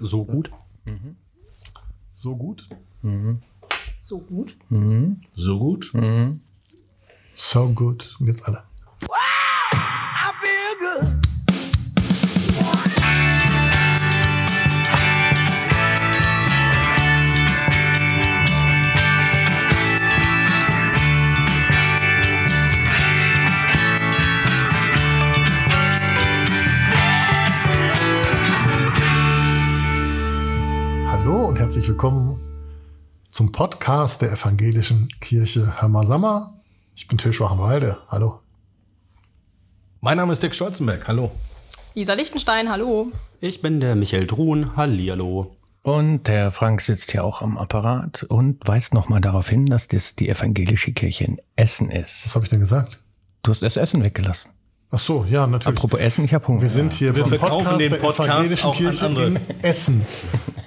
So gut. So gut. So gut. So gut. So gut. Und jetzt alle. Hallo und herzlich willkommen zum Podcast der Evangelischen Kirche Hammersammer. Ich bin Till Schwachenwalde. Hallo. Mein Name ist Dirk Stolzenberg. Hallo. Lisa Lichtenstein, hallo. Ich bin der Michael Druhn. Hallihallo. Und der Frank sitzt hier auch am Apparat und weist nochmal darauf hin, dass das die evangelische Kirche in Essen ist. Was habe ich denn gesagt? Du hast das Essen weggelassen. Ach so, ja, natürlich. Apropos Essen, ich habe Hunger. Wir sind hier Wir beim verkaufen Podcast den der Podcast Evangelischen auch an Kirche andere. in Essen.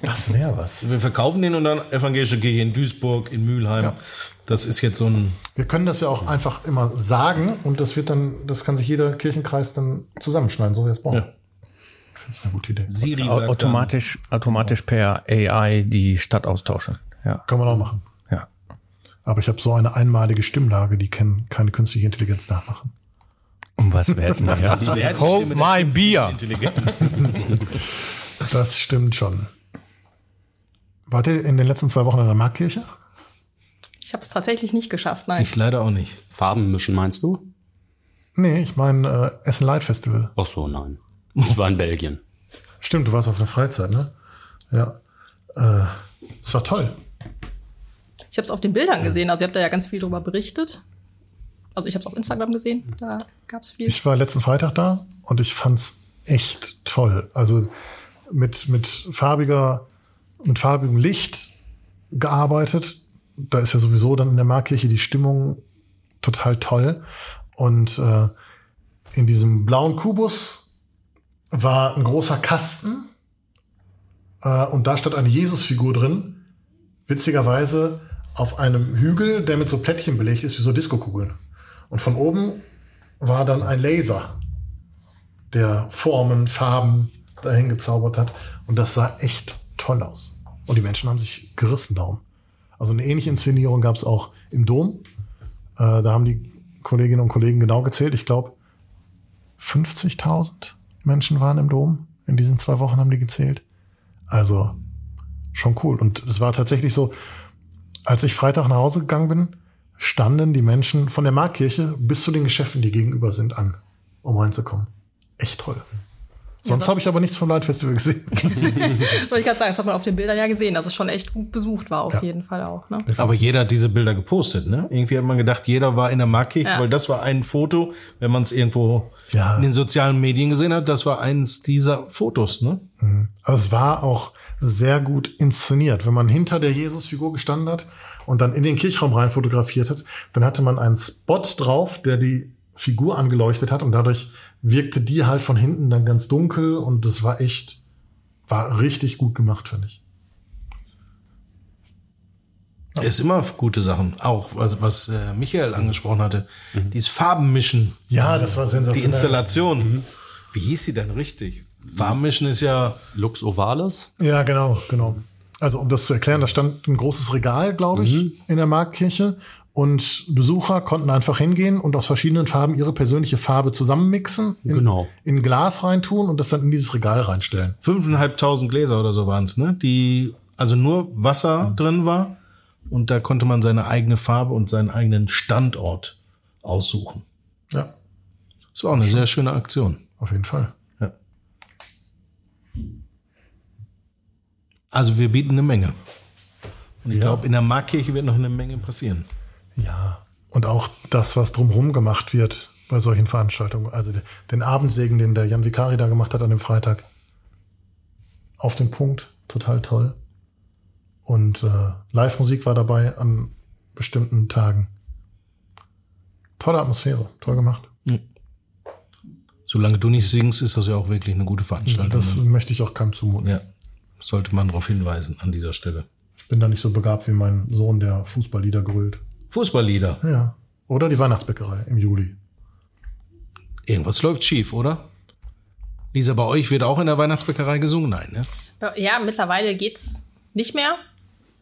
Das wäre was. Wir verkaufen den und dann evangelische Kirche in Duisburg, in Mülheim. Ja. Das ist jetzt so ein. Wir können das ja auch einfach immer sagen und das wird dann, das kann sich jeder Kirchenkreis dann zusammenschneiden, so wie wir es brauchen. Ja. Finde ich eine gute Idee. Siri Au- sagt automatisch, automatisch per AI die Stadt austauschen. Ja, Kann man auch machen. ja. Aber ich habe so eine einmalige Stimmlage, die kann keine künstliche Intelligenz nachmachen. Um was werden wir? ja? Dann, wer hat die Hold Stimme der my beer. Intelligenz? Das stimmt schon. Wart ihr in den letzten zwei Wochen in der Marktkirche? Ich habe es tatsächlich nicht geschafft, nein. Ich leider auch nicht. Farben mischen, meinst du? Nee, ich meine äh, Essen Light Festival. Ach so, nein. Ich war in Belgien. Stimmt, du warst auf einer Freizeit, ne? Ja. Äh, es war toll. Ich habe es auf den Bildern gesehen, also ihr habt da ja ganz viel drüber berichtet. Also ich habe es auf Instagram gesehen, da gab es viel. Ich war letzten Freitag da und ich fand's echt toll. Also mit, mit farbiger, mit farbigem Licht gearbeitet. Da ist ja sowieso dann in der Markkirche die Stimmung total toll. Und äh, in diesem blauen Kubus war ein großer Kasten äh, und da stand eine Jesusfigur drin. Witzigerweise auf einem Hügel, der mit so Plättchen belegt ist, wie so Diskokugeln. Und von oben war dann ein Laser, der Formen, Farben dahin gezaubert hat. Und das sah echt toll aus. Und die Menschen haben sich gerissen darum. Also eine ähnliche Inszenierung gab es auch im Dom. Äh, da haben die Kolleginnen und Kollegen genau gezählt. Ich glaube, 50.000 Menschen waren im Dom. In diesen zwei Wochen haben die gezählt. Also schon cool. Und es war tatsächlich so, als ich Freitag nach Hause gegangen bin, standen die Menschen von der Marktkirche bis zu den Geschäften, die gegenüber sind, an, um reinzukommen. Echt toll. Sonst habe ich aber nichts vom Leitfestival gesehen. Wollte ich gerade sagen, das hat man auf den Bildern ja gesehen, dass es schon echt gut besucht war, auf Ja. jeden Fall auch. Ne? Aber jeder hat diese Bilder gepostet, ne? Irgendwie hat man gedacht, jeder war in der Marke, Ja. weil das war ein Foto, wenn man es irgendwo Ja. in den sozialen Medien gesehen hat, das war eins dieser Fotos, ne? Also es war auch sehr gut inszeniert. Wenn man hinter der Jesusfigur gestanden hat und dann in den Kirchraum rein fotografiert hat, dann hatte man einen Spot drauf, der die Figur angeleuchtet hat und dadurch wirkte die halt von hinten dann ganz dunkel und das war echt, war richtig gut gemacht, finde ich. Ist immer gute Sachen. Auch was, was äh, Michael angesprochen hatte. Dieses Farbenmischen, Ja, das war die sensationell. Installation. Wie hieß sie denn richtig? Farbenmischen ist ja Lux Ovalis? Ja, genau, genau. Also um das zu erklären, da stand ein großes Regal, glaube ich, in der Marktkirche und Besucher konnten einfach hingehen und aus verschiedenen Farben ihre persönliche Farbe zusammenmixen, in, Genau. in ein Glas reintun und das dann in dieses Regal reinstellen. 5.500 Gläser oder so waren's, ne? Die, also nur Wasser drin war. Und da konnte man seine eigene Farbe und seinen eigenen Standort aussuchen. Ja, Das war auch eine sehr schöne Aktion. auf jeden Fall. Also wir bieten eine Menge. Und ich glaube, in der Markkirche wird noch eine Menge passieren. Ja. Und auch das, was drumherum gemacht wird bei solchen Veranstaltungen. Also de- den Abendsegen, den der Jan Vicari da gemacht hat an dem Freitag. Auf den Punkt, total toll. Und äh, Live-Musik war dabei an bestimmten Tagen. Tolle Atmosphäre, toll gemacht. Solange du nicht singst, ist das ja auch wirklich eine gute Veranstaltung. Das möchte ich auch keinem zumuten. ja, sollte man darauf hinweisen an dieser Stelle. Ich bin da nicht so begabt wie mein Sohn, der Fußballlieder grölt. Fußballlieder. Ja. Oder die Weihnachtsbäckerei im Juli. Irgendwas läuft schief, oder? Lisa, bei euch wird auch in der Weihnachtsbäckerei gesungen? Nein, ne? Ja, mittlerweile geht's nicht mehr.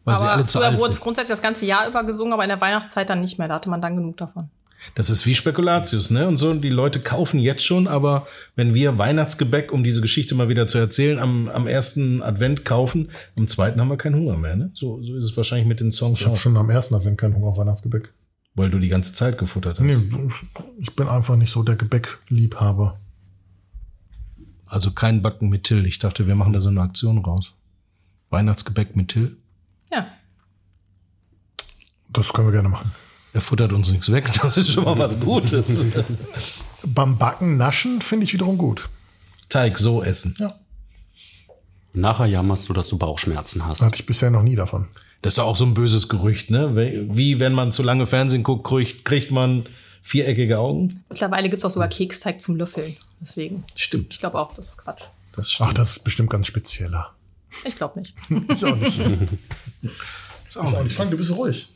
Weil sie aber alle zu früher alt wurde es sind. grundsätzlich das ganze Jahr über gesungen, aber in der Weihnachtszeit dann nicht mehr. Da hatte man dann genug davon. Das ist wie Spekulatius, ne? Und so, die Leute kaufen jetzt schon, aber wenn wir Weihnachtsgebäck, um diese Geschichte mal wieder zu erzählen, am, am ersten Advent kaufen, am zweiten haben wir keinen Hunger mehr, ne? So, so ist es wahrscheinlich mit den Songs Ich habe auch, schon am ersten Advent keinen Hunger auf Weihnachtsgebäck. weil du die ganze Zeit gefuttert hast. Nee, ich bin einfach nicht so der Gebäckliebhaber. Also kein Backen mit Till. Ich dachte, wir machen da so eine Aktion raus. Weihnachtsgebäck mit Till. Ja. Das können wir gerne machen. Er futtert uns nichts weg, das ist schon mal was Gutes. Beim Backen naschen finde ich wiederum gut. Teig so essen. Ja. Nachher jammerst du, dass du Bauchschmerzen hast. Hatte ich bisher noch nie davon. Das ist ja auch so ein böses Gerücht, ne? Wie- Wie wenn man zu lange Fernsehen guckt, kriegt, kriegt man viereckige Augen. Mittlerweile gibt's auch sogar Keksteig zum Löffeln. Deswegen, ich Stimmt. glaube auch, das ist Quatsch. Das stimmt. Ach, das ist bestimmt ganz spezieller. Ich glaube nicht. Ich auch nicht. ich auch nicht. Frank, du bist ruhig.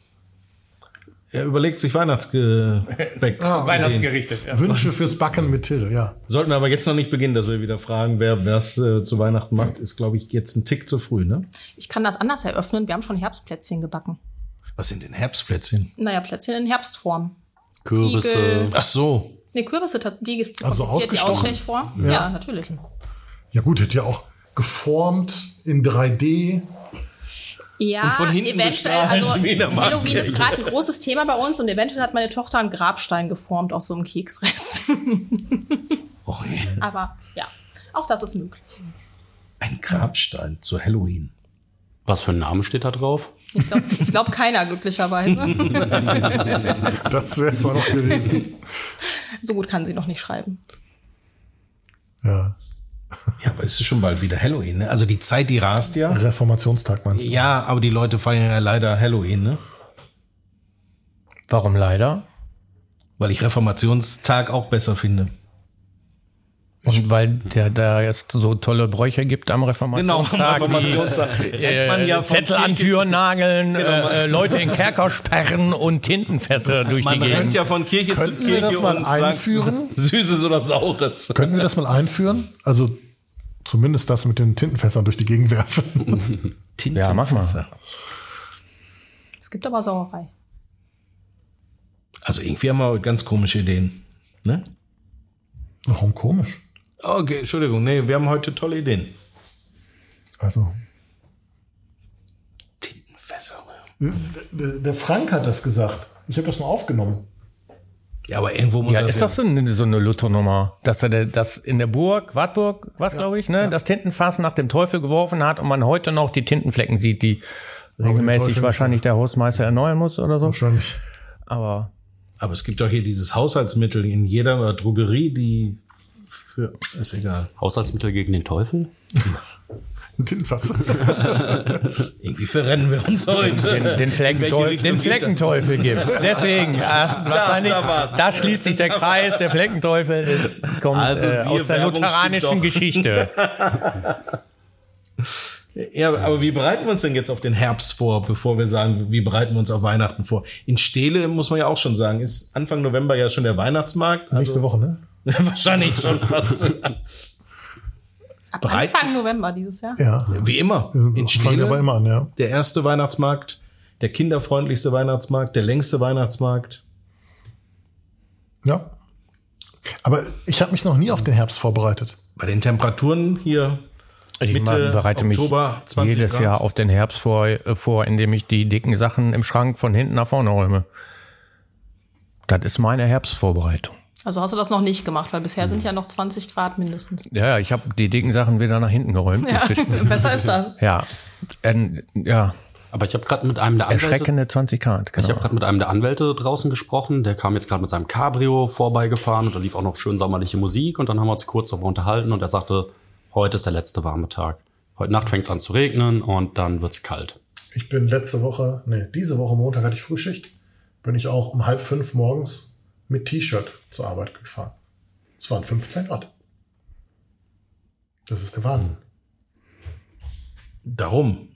Er überlegt sich Weihnachtsgebäck. Weihnachtsgerichte. Ja. Wünsche fürs Backen mit Till, ja. Sollten wir aber jetzt noch nicht beginnen, dass wir wieder fragen, wer was äh, zu Weihnachten macht, ist, glaube ich, jetzt ein Tick zu früh, ne? Ich kann das anders eröffnen. Wir haben schon Herbstplätzchen gebacken. Was sind denn Herbstplätzchen? Naja, Plätzchen in Herbstform. Kürbisse. Igel. Ach so. Nee, Kürbisse, tats- die ist zu Also kompliziert, die ausgestochen. Ausstechform. Ja. ja, natürlich. Genau. Ja gut, hätte ja auch geformt in 3D. Ja, Und von hinten eventuell, bestrahlt, also wie in der Halloween Marktkirche. ist gerade ein großes Thema bei uns und eventuell hat meine Tochter einen Grabstein geformt aus so einem Keksrest. Oh, je. Aber ja, auch das ist möglich. ein Grabstein zu Halloween. Was für ein Name steht da drauf? Ich glaube ich glaub keiner glücklicherweise. Das wäre es auch noch gewesen. So gut kann sie noch nicht schreiben. Ja. Ja, aber es ist schon bald wieder Halloween, ne? Also die Zeit, die rast ja. Reformationstag meinst du? Ja, aber die Leute feiern ja leider Halloween, ne? Warum leider? Weil ich Reformationstag auch besser finde. Und weil der da jetzt so tolle Bräuche gibt am Reformationstag. Genau, Reformationstag. wie, äh, Zettel an Türen nageln, äh, äh, Leute in Kerker sperren und Tintenfässer durch die Man rennt Gegend. ja von Kirche zu Könnten Kirche wir das mal und sagt, einführen? Süßes oder Saures. Könnten wir das mal einführen? Also zumindest das mit den Tintenfässern durch die Gegend werfen. Ja, mach mal. Es gibt aber Sauerei. Also irgendwie haben wir heute ganz komische Ideen. Ne? Warum komisch? Okay, Entschuldigung. Nee, wir haben heute tolle Ideen. Also Tintenfässer. der der Frank hat das gesagt. Ich habe das nur aufgenommen. Ja, aber irgendwo muss Ja, Also das ist doch so eine, so eine Luthernummer, dass er de- das in der Burg, Wartburg, was glaube ich, ne, das Tintenfass nach dem Teufel geworfen hat und man heute noch die Tintenflecken sieht, die regelmäßig Teufel- wahrscheinlich der Hausmeister erneuern muss oder so. Wahrscheinlich. Aber Aber es gibt doch hier dieses Haushaltsmittel in jeder Drogerie, die für. Ist egal. Haushaltsmittel gegen den Teufel? Ein Tintenfass. Irgendwie verrennen wir uns heute. den, den, Fleckenteufel, den Fleckenteufel gibt's. Deswegen, äh, wahrscheinlich, da war's. da schließt sich der Kreis. Der Fleckenteufel ist, kommt Also äh, siehe aus der Werbung lutheranischen stimmt doch. Geschichte. Ja, aber wie bereiten wir uns denn jetzt auf den Herbst vor, bevor wir sagen, wie bereiten wir uns auf Weihnachten vor? In Stele muss man ja auch schon sagen, ist Anfang November ja schon der Weihnachtsmarkt. Nächste Woche, ne? Wahrscheinlich schon fast. Ab Bereit- Anfang November dieses Jahr. Ja. wie immer. In Fangen wir aber Stele immer an, ja. der erste Weihnachtsmarkt, der kinderfreundlichste Weihnachtsmarkt, der längste Weihnachtsmarkt. Ja. Aber ich habe mich noch nie auf den Herbst vorbereitet. Bei den Temperaturen hier Ich Mitte Mitte bereite mich Oktober 20 jedes Grad. Jahr auf den Herbst vor, äh, vor, indem ich die dicken Sachen im Schrank von hinten nach vorne räume. Das ist meine Herbstvorbereitung. Also hast du das noch nicht gemacht, weil bisher sind ja noch 20 Grad mindestens. Ja, ja, ich habe die dicken Sachen wieder nach hinten geräumt. Ja, inzwischen. besser ist das. ja. Ähm, ja. Aber ich habe gerade mit einem der Anwälte erschreckende 20 Grad. Ich Genau. habe gerade mit einem der Anwälte draußen gesprochen, der kam jetzt gerade mit seinem Cabrio vorbeigefahren und da lief auch noch schön sommerliche Musik und dann haben wir uns kurz darüber unterhalten und er sagte, heute ist der letzte warme Tag. Heute Nacht fängt es an zu regnen und dann wird's kalt. Ich bin letzte Woche, nee, diese Woche Montag hatte ich Frühschicht. Bin ich auch um halb fünf morgens mit T-Shirt zur Arbeit gefahren. Es waren 15 Grad. Das ist der Wahnsinn. darum.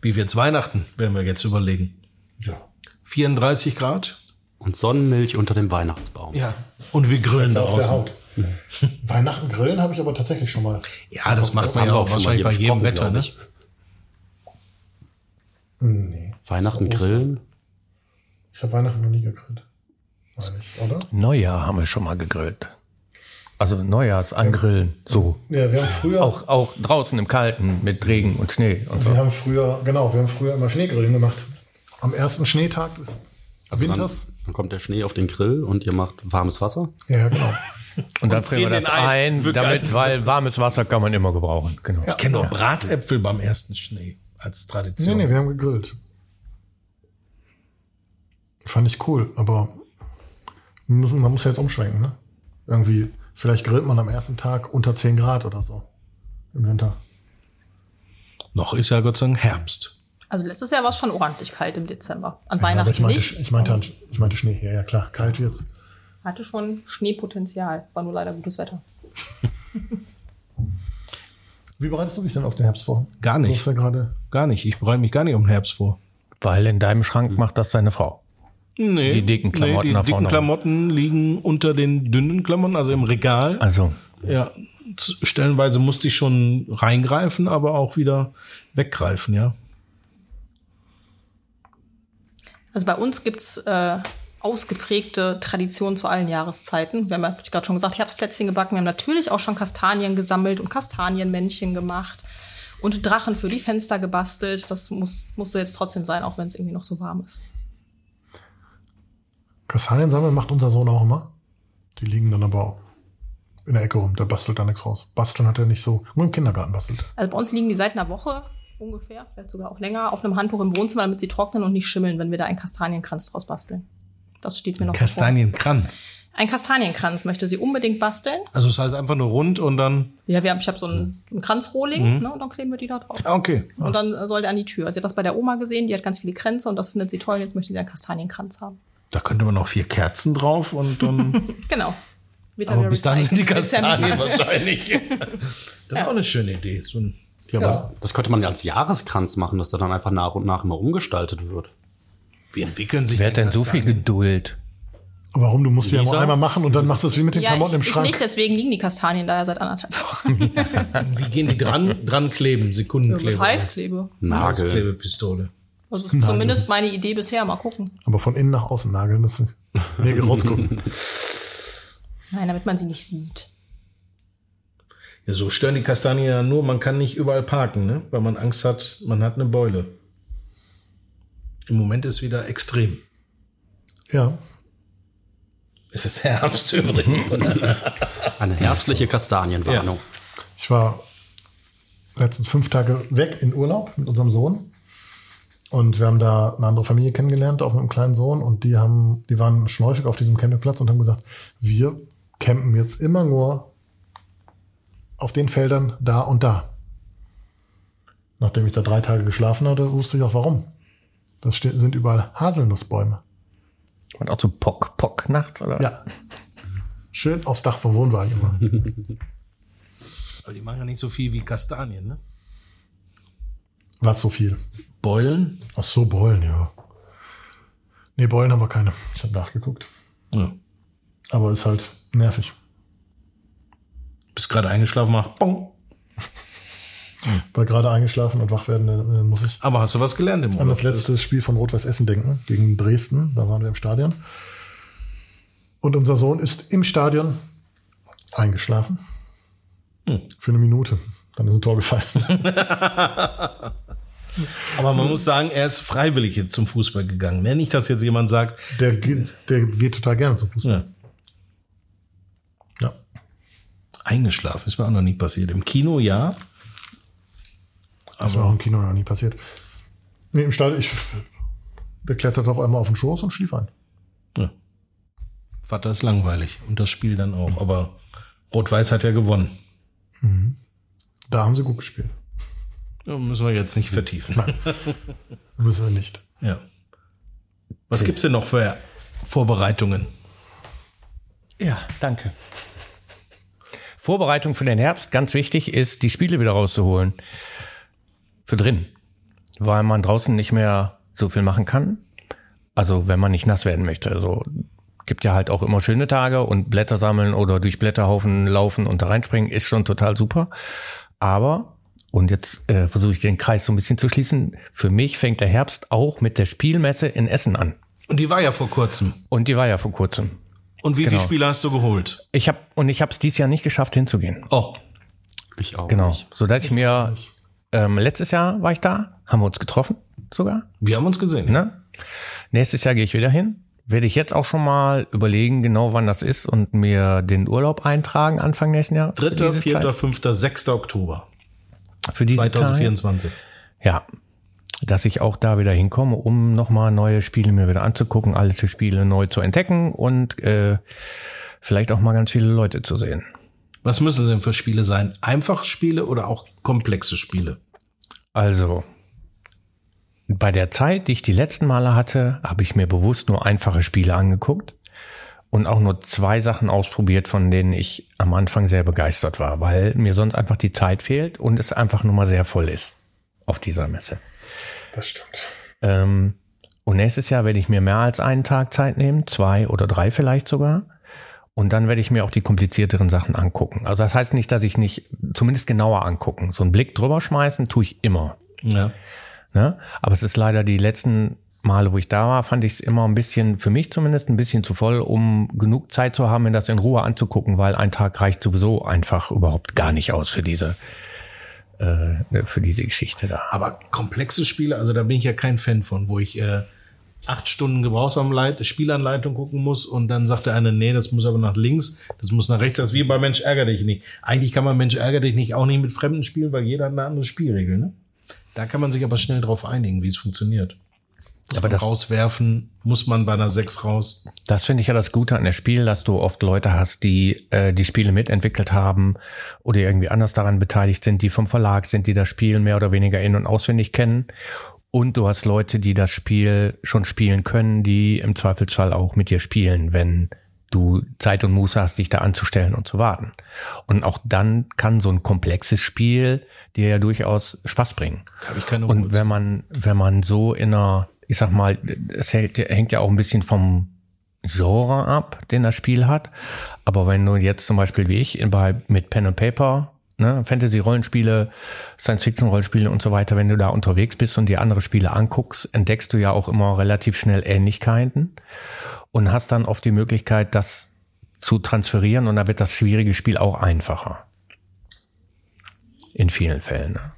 Wie wird's Weihnachten, werden wir jetzt überlegen. Ja. 34 Grad. Und Sonnenmilch unter dem Weihnachtsbaum. Ja. Und wir grillen Auf der draußen. Haut. Weihnachten grillen habe ich aber tatsächlich schon mal. Ja, das macht man ja auch wahrscheinlich bei jedem Wetter, ne? Nee. Weihnachten grillen? Ich habe Weihnachten noch nie gegrillt. Meine ich, oder? Neujahr haben wir schon mal gegrillt. Also Neujahrs angrillen, so. Ja, wir haben früher Auch, auch draußen im Kalten mit Regen und Schnee und Wir so. haben früher, genau, wir haben früher immer Schneegrillen gemacht. Am ersten Schneetag des Dann, Winters. dann kommt der Schnee auf den Grill und ihr macht warmes Wasser. Ja, genau. Und dann frieren wir in den das Ei. ein, Wird damit, geeignet. weil warmes Wasser kann man immer gebrauchen. Genau. Ich kenne doch Bratäpfel beim ersten Schnee als Nee, Tradition. nee, wir haben gegrillt. Fand ich cool, aber man muss- man muss ja jetzt umschwenken, ne? Irgendwie, vielleicht grillt man am ersten Tag unter 10 Grad oder so. Im Winter. Noch ist ja Gott sei Dank Herbst. Also letztes Jahr war es schon ordentlich kalt im Dezember. Aber An ich Weihnachten meinte, nicht. Ich meinte, an- ich meinte Schnee, ja, ja klar, kalt wird's. Hatte schon Schneepotenzial. War nur leider gutes Wetter. Wie bereitest du dich denn auf den Herbst vor? Gar nicht. Du hast ja gerade. Gar nicht. Ich bereite mich gar nicht um den Herbst vor. Weil in deinem Schrank macht das seine Frau. Nee, Die dicken Klamotten die nach dicken vorne. Klamotten liegen unter den dünnen Klamotten, also im Regal. Also, Ja, z- stellenweise musste ich schon reingreifen, aber auch wieder weggreifen, ja. Also bei uns gibt's äh, ausgeprägte Traditionen zu allen Jahreszeiten. Wir haben ja hab ich gerade schon gesagt, Herbstplätzchen gebacken. Wir haben natürlich auch schon Kastanien gesammelt und Kastanienmännchen gemacht und Drachen für die Fenster gebastelt. Das muss, musste jetzt trotzdem sein, auch wenn es irgendwie noch so warm ist. Kastanien sammeln macht unser Sohn auch immer. Die liegen dann aber auch in der Ecke rum, der bastelt da nichts raus. Basteln hat er nicht so. Nur im Kindergarten bastelt. Also bei uns liegen die seit einer Woche ungefähr, vielleicht sogar auch länger, auf einem Handtuch im Wohnzimmer, damit sie trocknen und nicht schimmeln, wenn wir da einen Kastanienkranz draus basteln. Das steht mir noch Kastanienkranz. bevor. Ein Kastanienkranz möchte sie unbedingt basteln. Also das heißt einfach nur rund und dann. Ja, wir haben, ich habe so Mhm. einen, einen Kranzrohling, ne, und dann kleben wir die da drauf. Ah, Okay. Und dann äh, soll der an die Tür. Sie hat das bei der Oma gesehen, die hat ganz viele Kränze und das findet sie toll. Jetzt möchte sie einen Kastanienkranz haben. Da könnte man noch vier Kerzen drauf und dann. Genau. Wird aber wieder bis dahin sind die recycelt. Ist ja Kastanien minimal. wahrscheinlich. Das ist auch eine schöne Idee. So ein Ja, aber das könnte man ja als Jahreskranz machen, dass der dann einfach nach und nach immer umgestaltet wird. Wie entwickeln sich wer hat denn so viel Kastanien? Geduld? Warum? Du musst die ja Lisa? nur einmal machen und dann machst du es wie mit den Ja, ich, Klamotten im ich Schrank. nicht, deswegen liegen die Kastanien da ja seit anderthalb Wochen. Wie gehen die dran? Dran kleben, Mit Sekundenkleber. Heißklebe. Nagel. Heißklebepistole. Also ist zumindest meine Idee bisher. Mal gucken. Aber von innen nach außen nageln, das ist Nägel rausgucken. Nein, damit man sie nicht sieht. Ja, so stören die Kastanien ja nur, man kann nicht überall parken, ne? weil man Angst hat, man hat eine Beule. Im Moment ist wieder extrem. Ja. Es ist Herbst übrigens. Eine herbstliche Kastanienwarnung. Ich war letztens fünf Tage weg in Urlaub mit unserem Sohn. Und wir haben da eine andere Familie kennengelernt, auch mit einem kleinen Sohn. Und die haben, die waren schon häufig auf diesem Campingplatz und haben gesagt, wir campen jetzt immer nur auf den Feldern da und da. Nachdem ich da drei Tage geschlafen hatte, wusste ich auch warum. Das ste- sind überall Haselnussbäume. Und auch so Pock, Pock nachts, oder? Ja. Schön aufs Dach vom Wohnwagen immer. Aber die machen ja nicht so viel wie Kastanien, ne? Was so viel. Beulen? Ach so, Beulen, ja. Nee, Beulen haben wir keine. Ich habe nachgeguckt. Ja. Aber ist halt nervig. Bist gerade eingeschlafen, mach bong. Weil gerade eingeschlafen und wach werden, äh, muss ich Aber hast du was gelernt im an das Urlaub? letzte Spiel von Rot-Weiß Essen denken, gegen Dresden. Da waren wir im Stadion. Und unser Sohn ist im Stadion eingeschlafen. Für eine Minute. Dann ist ein Tor gefallen. Aber man muss sagen, er ist freiwillig jetzt zum Fußball gegangen. Ne? Nicht, dass jetzt jemand sagt, Der, ge- der geht total gerne zum Fußball. ja, Ja. eingeschlafen. Ist mir auch noch nie passiert. Im Kino ja. Das war auch im Kino noch nie passiert. Nee, im Stadion, ich, der kletterte auf einmal auf den Schoß und schlief ein. ja. Vater ist langweilig. Und das Spiel dann auch. Aber Rot-Weiß hat ja gewonnen. Da haben sie gut gespielt. Ja, müssen wir jetzt nicht vertiefen. Müssen wir nicht. Ja. Was gibt's denn noch für Vorbereitungen? Ja, danke. Vorbereitung für den Herbst, ganz wichtig ist, die Spiele wieder rauszuholen. Für drin. Weil man draußen nicht mehr so viel machen kann. Also, wenn man nicht nass werden möchte. Also, gibt ja halt auch immer schöne Tage und Blätter sammeln oder durch Blätterhaufen laufen und da reinspringen ist schon total super. Aber, und jetzt äh, versuche ich den Kreis so ein bisschen zu schließen, für mich fängt der Herbst auch mit der Spielmesse in Essen an. Und die war ja vor kurzem. Und die war ja vor kurzem. Und wie Genau. viele Spiele hast du geholt? Ich habe und ich habe es dieses Jahr nicht geschafft hinzugehen. Oh, Ich auch. Genau, Nicht. so dass ich mir ähm, letztes Jahr war ich da, haben wir uns getroffen sogar. wir haben uns gesehen. Ne? Nächstes Jahr gehe ich wieder hin. Werde ich jetzt auch schon mal überlegen, genau wann das ist und mir den Urlaub eintragen Anfang nächsten Jahres. für 3., diese 4., Zeit, 5., 6. Oktober für diese 2024. Zeit. Ja, dass ich auch da wieder hinkomme, um nochmal neue Spiele mir wieder anzugucken, alte Spiele neu zu entdecken und äh, vielleicht auch mal ganz viele Leute zu sehen. Was müssen es denn für Spiele sein? Einfache Spiele oder auch komplexe Spiele? Also, bei der Zeit, die ich die letzten Male hatte, habe ich mir bewusst nur einfache Spiele angeguckt und auch nur zwei Sachen ausprobiert, von denen ich am Anfang sehr begeistert war, weil mir sonst einfach die Zeit fehlt und es einfach nur mal sehr voll ist auf dieser Messe. Das stimmt. Ähm, und nächstes Jahr werde ich mir mehr als einen Tag Zeit nehmen, zwei oder drei vielleicht sogar. Und dann werde ich mir auch die komplizierteren Sachen angucken. Also das heißt nicht, dass ich nicht zumindest genauer angucken. So einen Blick drüber schmeißen tue ich immer. Ja. Ne? Aber es ist leider die letzten Male, wo ich da war, fand ich es immer ein bisschen, für mich zumindest, ein bisschen zu voll, um genug Zeit zu haben, mir das in Ruhe anzugucken, weil ein Tag reicht sowieso einfach überhaupt gar nicht aus für diese, äh, für diese Geschichte da. Aber komplexe Spiele, also da bin ich ja kein Fan von, wo ich äh, acht Stunden Gebrauchsanleitung, Spielanleitung gucken muss und dann sagt der eine, nee, das muss aber nach links, das muss nach rechts, das ist wie bei Mensch ärger dich nicht. Eigentlich kann man Mensch ärger dich nicht auch nicht mit Fremden spielen, weil jeder hat eine andere Spielregel. Ne? Da kann man sich aber schnell drauf einigen, wie es funktioniert. Muss Aber man das- rauswerfen, muss man bei einer 6 raus. Das finde ich ja das Gute an der Spiel, dass du oft Leute hast, die äh, die Spiele mitentwickelt haben oder irgendwie anders daran beteiligt sind, die vom Verlag sind, die das Spiel mehr oder weniger in- und auswendig kennen. Und du hast Leute, die das Spiel schon spielen können, die im Zweifelsfall auch mit dir spielen, wenn du Zeit und Muße hast, dich da anzustellen und zu warten. Und auch dann kann so ein komplexes Spiel dir ja durchaus Spaß bringen. Da habe ich keine Ruhe Und wenn man, wenn man so in einer, ich sag mal, es hält, hängt ja auch ein bisschen vom Genre ab, den das Spiel hat. Aber wenn du jetzt zum Beispiel wie ich in- bei, mit Pen and Paper, ne, Fantasy-Rollenspiele, Science-Fiction-Rollenspiele und so weiter, wenn du da unterwegs bist und die andere Spiele anguckst, entdeckst du ja auch immer relativ schnell Ähnlichkeiten und hast dann oft die Möglichkeit, das zu transferieren und da wird das schwierige Spiel auch einfacher. In vielen Fällen. Ne?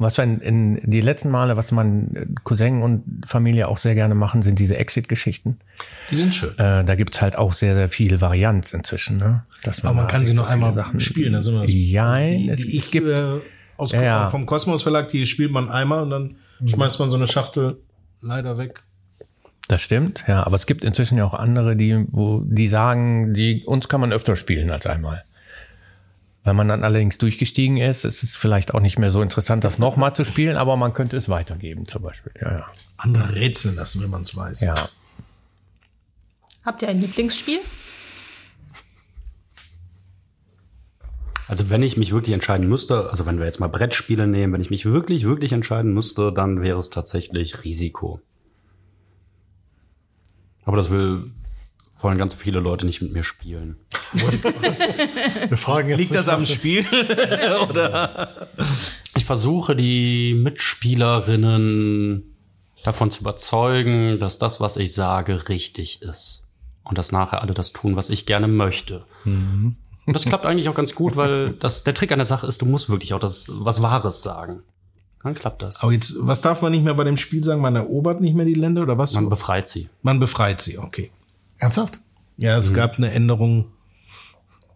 Was wir in, in die letzten Male, was man äh, Cousin und Familie auch sehr gerne machen, sind diese Exit-Geschichten. Die sind schön. Äh, da gibt's halt auch sehr, sehr viel Varianz inzwischen. Ne? Dass Aber man da kann sie so noch viele einmal spielen, da sind wir- Jein, Die- es, die es ich, gibt äh, aus Ja, ja. vom Kosmos Verlag, die spielt man einmal und dann schmeißt man so eine Schachtel leider weg. Das stimmt, ja, aber es gibt inzwischen ja auch andere, die, wo, die sagen, die, uns kann man öfter spielen als einmal. Wenn man dann allerdings durchgestiegen ist, ist es vielleicht auch nicht mehr so interessant, das nochmal zu spielen, aber man könnte es weitergeben, zum Beispiel. Ja, ja. Andere rätseln lassen, wenn man es weiß. ja. Habt ihr ein Lieblingsspiel? Also wenn ich mich wirklich entscheiden müsste, also wenn wir jetzt mal Brettspiele nehmen, wenn ich mich wirklich, wirklich entscheiden müsste, dann wäre es tatsächlich Risiko. Aber das will wollen ganz viele Leute nicht mit mir spielen. Wir fragen jetzt Liegt das nicht am Spiel? Ich versuche die Mitspielerinnen davon zu überzeugen, dass das, was ich sage, richtig ist. Und dass nachher alle das tun, was ich gerne möchte. Und das klappt eigentlich auch ganz gut, weil das, der Trick an der Sache ist, du musst wirklich auch das, was Wahres sagen. Dann klappt das. Aber jetzt, was darf man nicht mehr bei dem Spiel sagen? Man erobert nicht mehr die Länder oder was? Man Man, befreit sie. befreit sie, okay. Ernsthaft? Ja, es gab eine Änderung,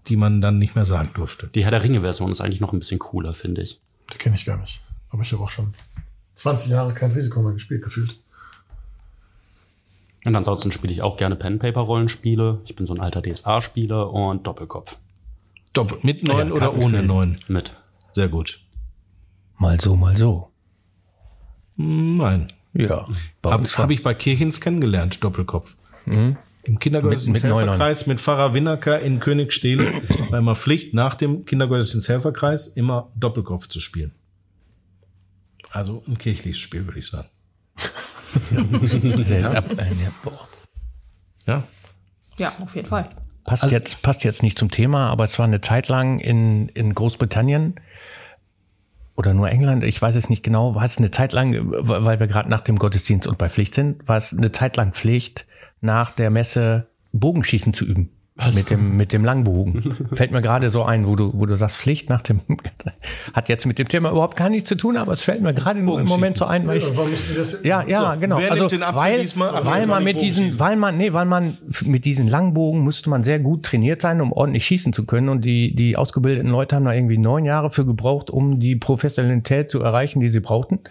die man dann nicht mehr sagen durfte. Die Herr der Ringe-Version ist eigentlich noch ein bisschen cooler, finde ich. Die kenne ich gar nicht. Aber ich habe auch schon 20 Jahre kein Risiko mehr gespielt, gefühlt. Und ansonsten spiele ich auch gerne Pen-Paper-Rollenspiele. Ich bin so ein alter DSA-Spieler und Doppelkopf. Doppel, mit neun Ja, oder ohne Kartenspiel. neun? Mit. Sehr gut. Mal so, mal so. Hm, Nein. Ja. Bei Habe uns schon. Mhm. hab ich bei Kirchens kennengelernt, Doppelkopf. Im Mit- mit Kindergottesdiensthelferkreis mit, Pfarrer Winnacker in Königstehle war immer Pflicht, nach dem Kindergottesdiensthelferkreis immer Doppelkopf zu spielen. Also ein kirchliches Spiel, würde ich sagen. Sehr- ab- äh, ja, boah. Ja. Ja, auf jeden Fall. Passt, jetzt, passt jetzt nicht zum Thema, aber es war eine Zeit lang in, in Großbritannien oder nur England, ich weiß es nicht genau, war es eine Zeit lang, weil wir gerade nach dem Gottesdienst und bei Pflicht sind, war es eine Zeit lang Pflicht, nach der Messe Bogenschießen zu üben. Mit dem, mit dem Langbogen. Fällt mir gerade so ein, wo du, wo du sagst, Pflicht nach dem, hat jetzt mit dem Thema überhaupt gar nichts zu tun, aber es fällt mir gerade nur im Moment so ein, weil ich, ja, ja, genau. wer nimmt also, den Apfel weil, diesmal? Ach, weil das war man die mit diesen, weil man, nee, weil man f- mit diesen Langbogen musste man sehr gut trainiert sein, um ordentlich schießen zu können. Und die, die ausgebildeten Leute haben da irgendwie neun Jahre für gebraucht, um die Professionalität zu erreichen, die sie brauchten. Und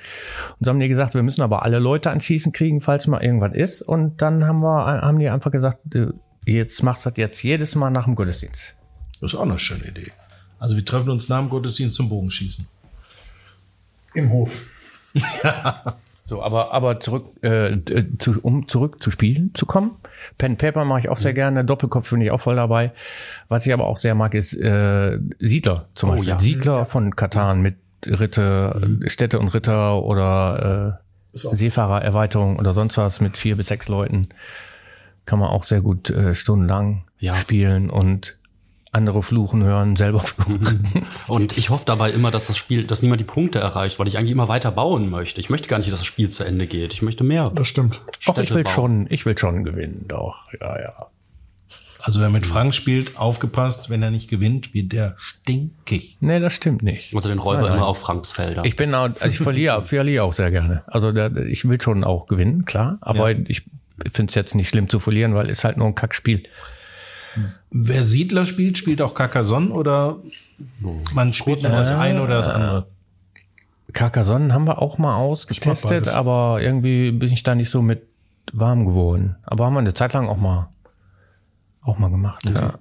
so haben die gesagt, wir müssen aber alle Leute anschießen kriegen, falls mal irgendwas ist. Und dann haben wir, haben die einfach gesagt, äh, jetzt machst du das jetzt jedes Mal nach dem Gottesdienst. Das ist auch eine schöne Idee. Also wir treffen uns nach dem Gottesdienst zum Bogenschießen. Im Hof. So, aber, aber zurück, äh, d- zu, um zurück zu Spielen zu kommen. Pen and Paper mache ich auch sehr gerne. Doppelkopf bin ich auch voll dabei. Was ich aber auch sehr mag, ist äh, Siedler zum Beispiel. Oh, ja. Mhm. Siedler von Katan mit Ritter, äh, Städte und Ritter oder äh, Seefahrererweiterung oder sonst was mit vier bis sechs Leuten. Kann man auch sehr gut äh, stundenlang Ja. spielen und andere fluchen hören, selber Mhm. fluchen. Und ich hoffe dabei immer, dass das Spiel, dass niemand die Punkte erreicht, weil ich eigentlich immer weiter bauen möchte. Ich möchte gar nicht, dass das Spiel zu Ende geht. Ich möchte mehr. Das stimmt. Doch, ich will bauen. schon, ich will schon gewinnen, doch. Ja, ja. Also wer mit Frank spielt, aufgepasst, wenn er nicht gewinnt, wird der stinkig. Nee, das stimmt nicht. Also den Räuber immer auf Franks Felder. Ich bin auch, also ich verliere, verliere auch sehr gerne. Also da, ich will schon auch gewinnen, klar. Aber ich finde es jetzt nicht schlimm zu verlieren, weil ist halt nur ein Kackspiel. Wer Siedler spielt, spielt auch Carcassonne oder man spielt nur das eine oder das andere. Carcassonne haben wir auch mal ausgetestet, aber irgendwie bin ich da nicht so mit warm geworden. Aber haben wir eine Zeit lang auch mal, auch mal gemacht. Ja.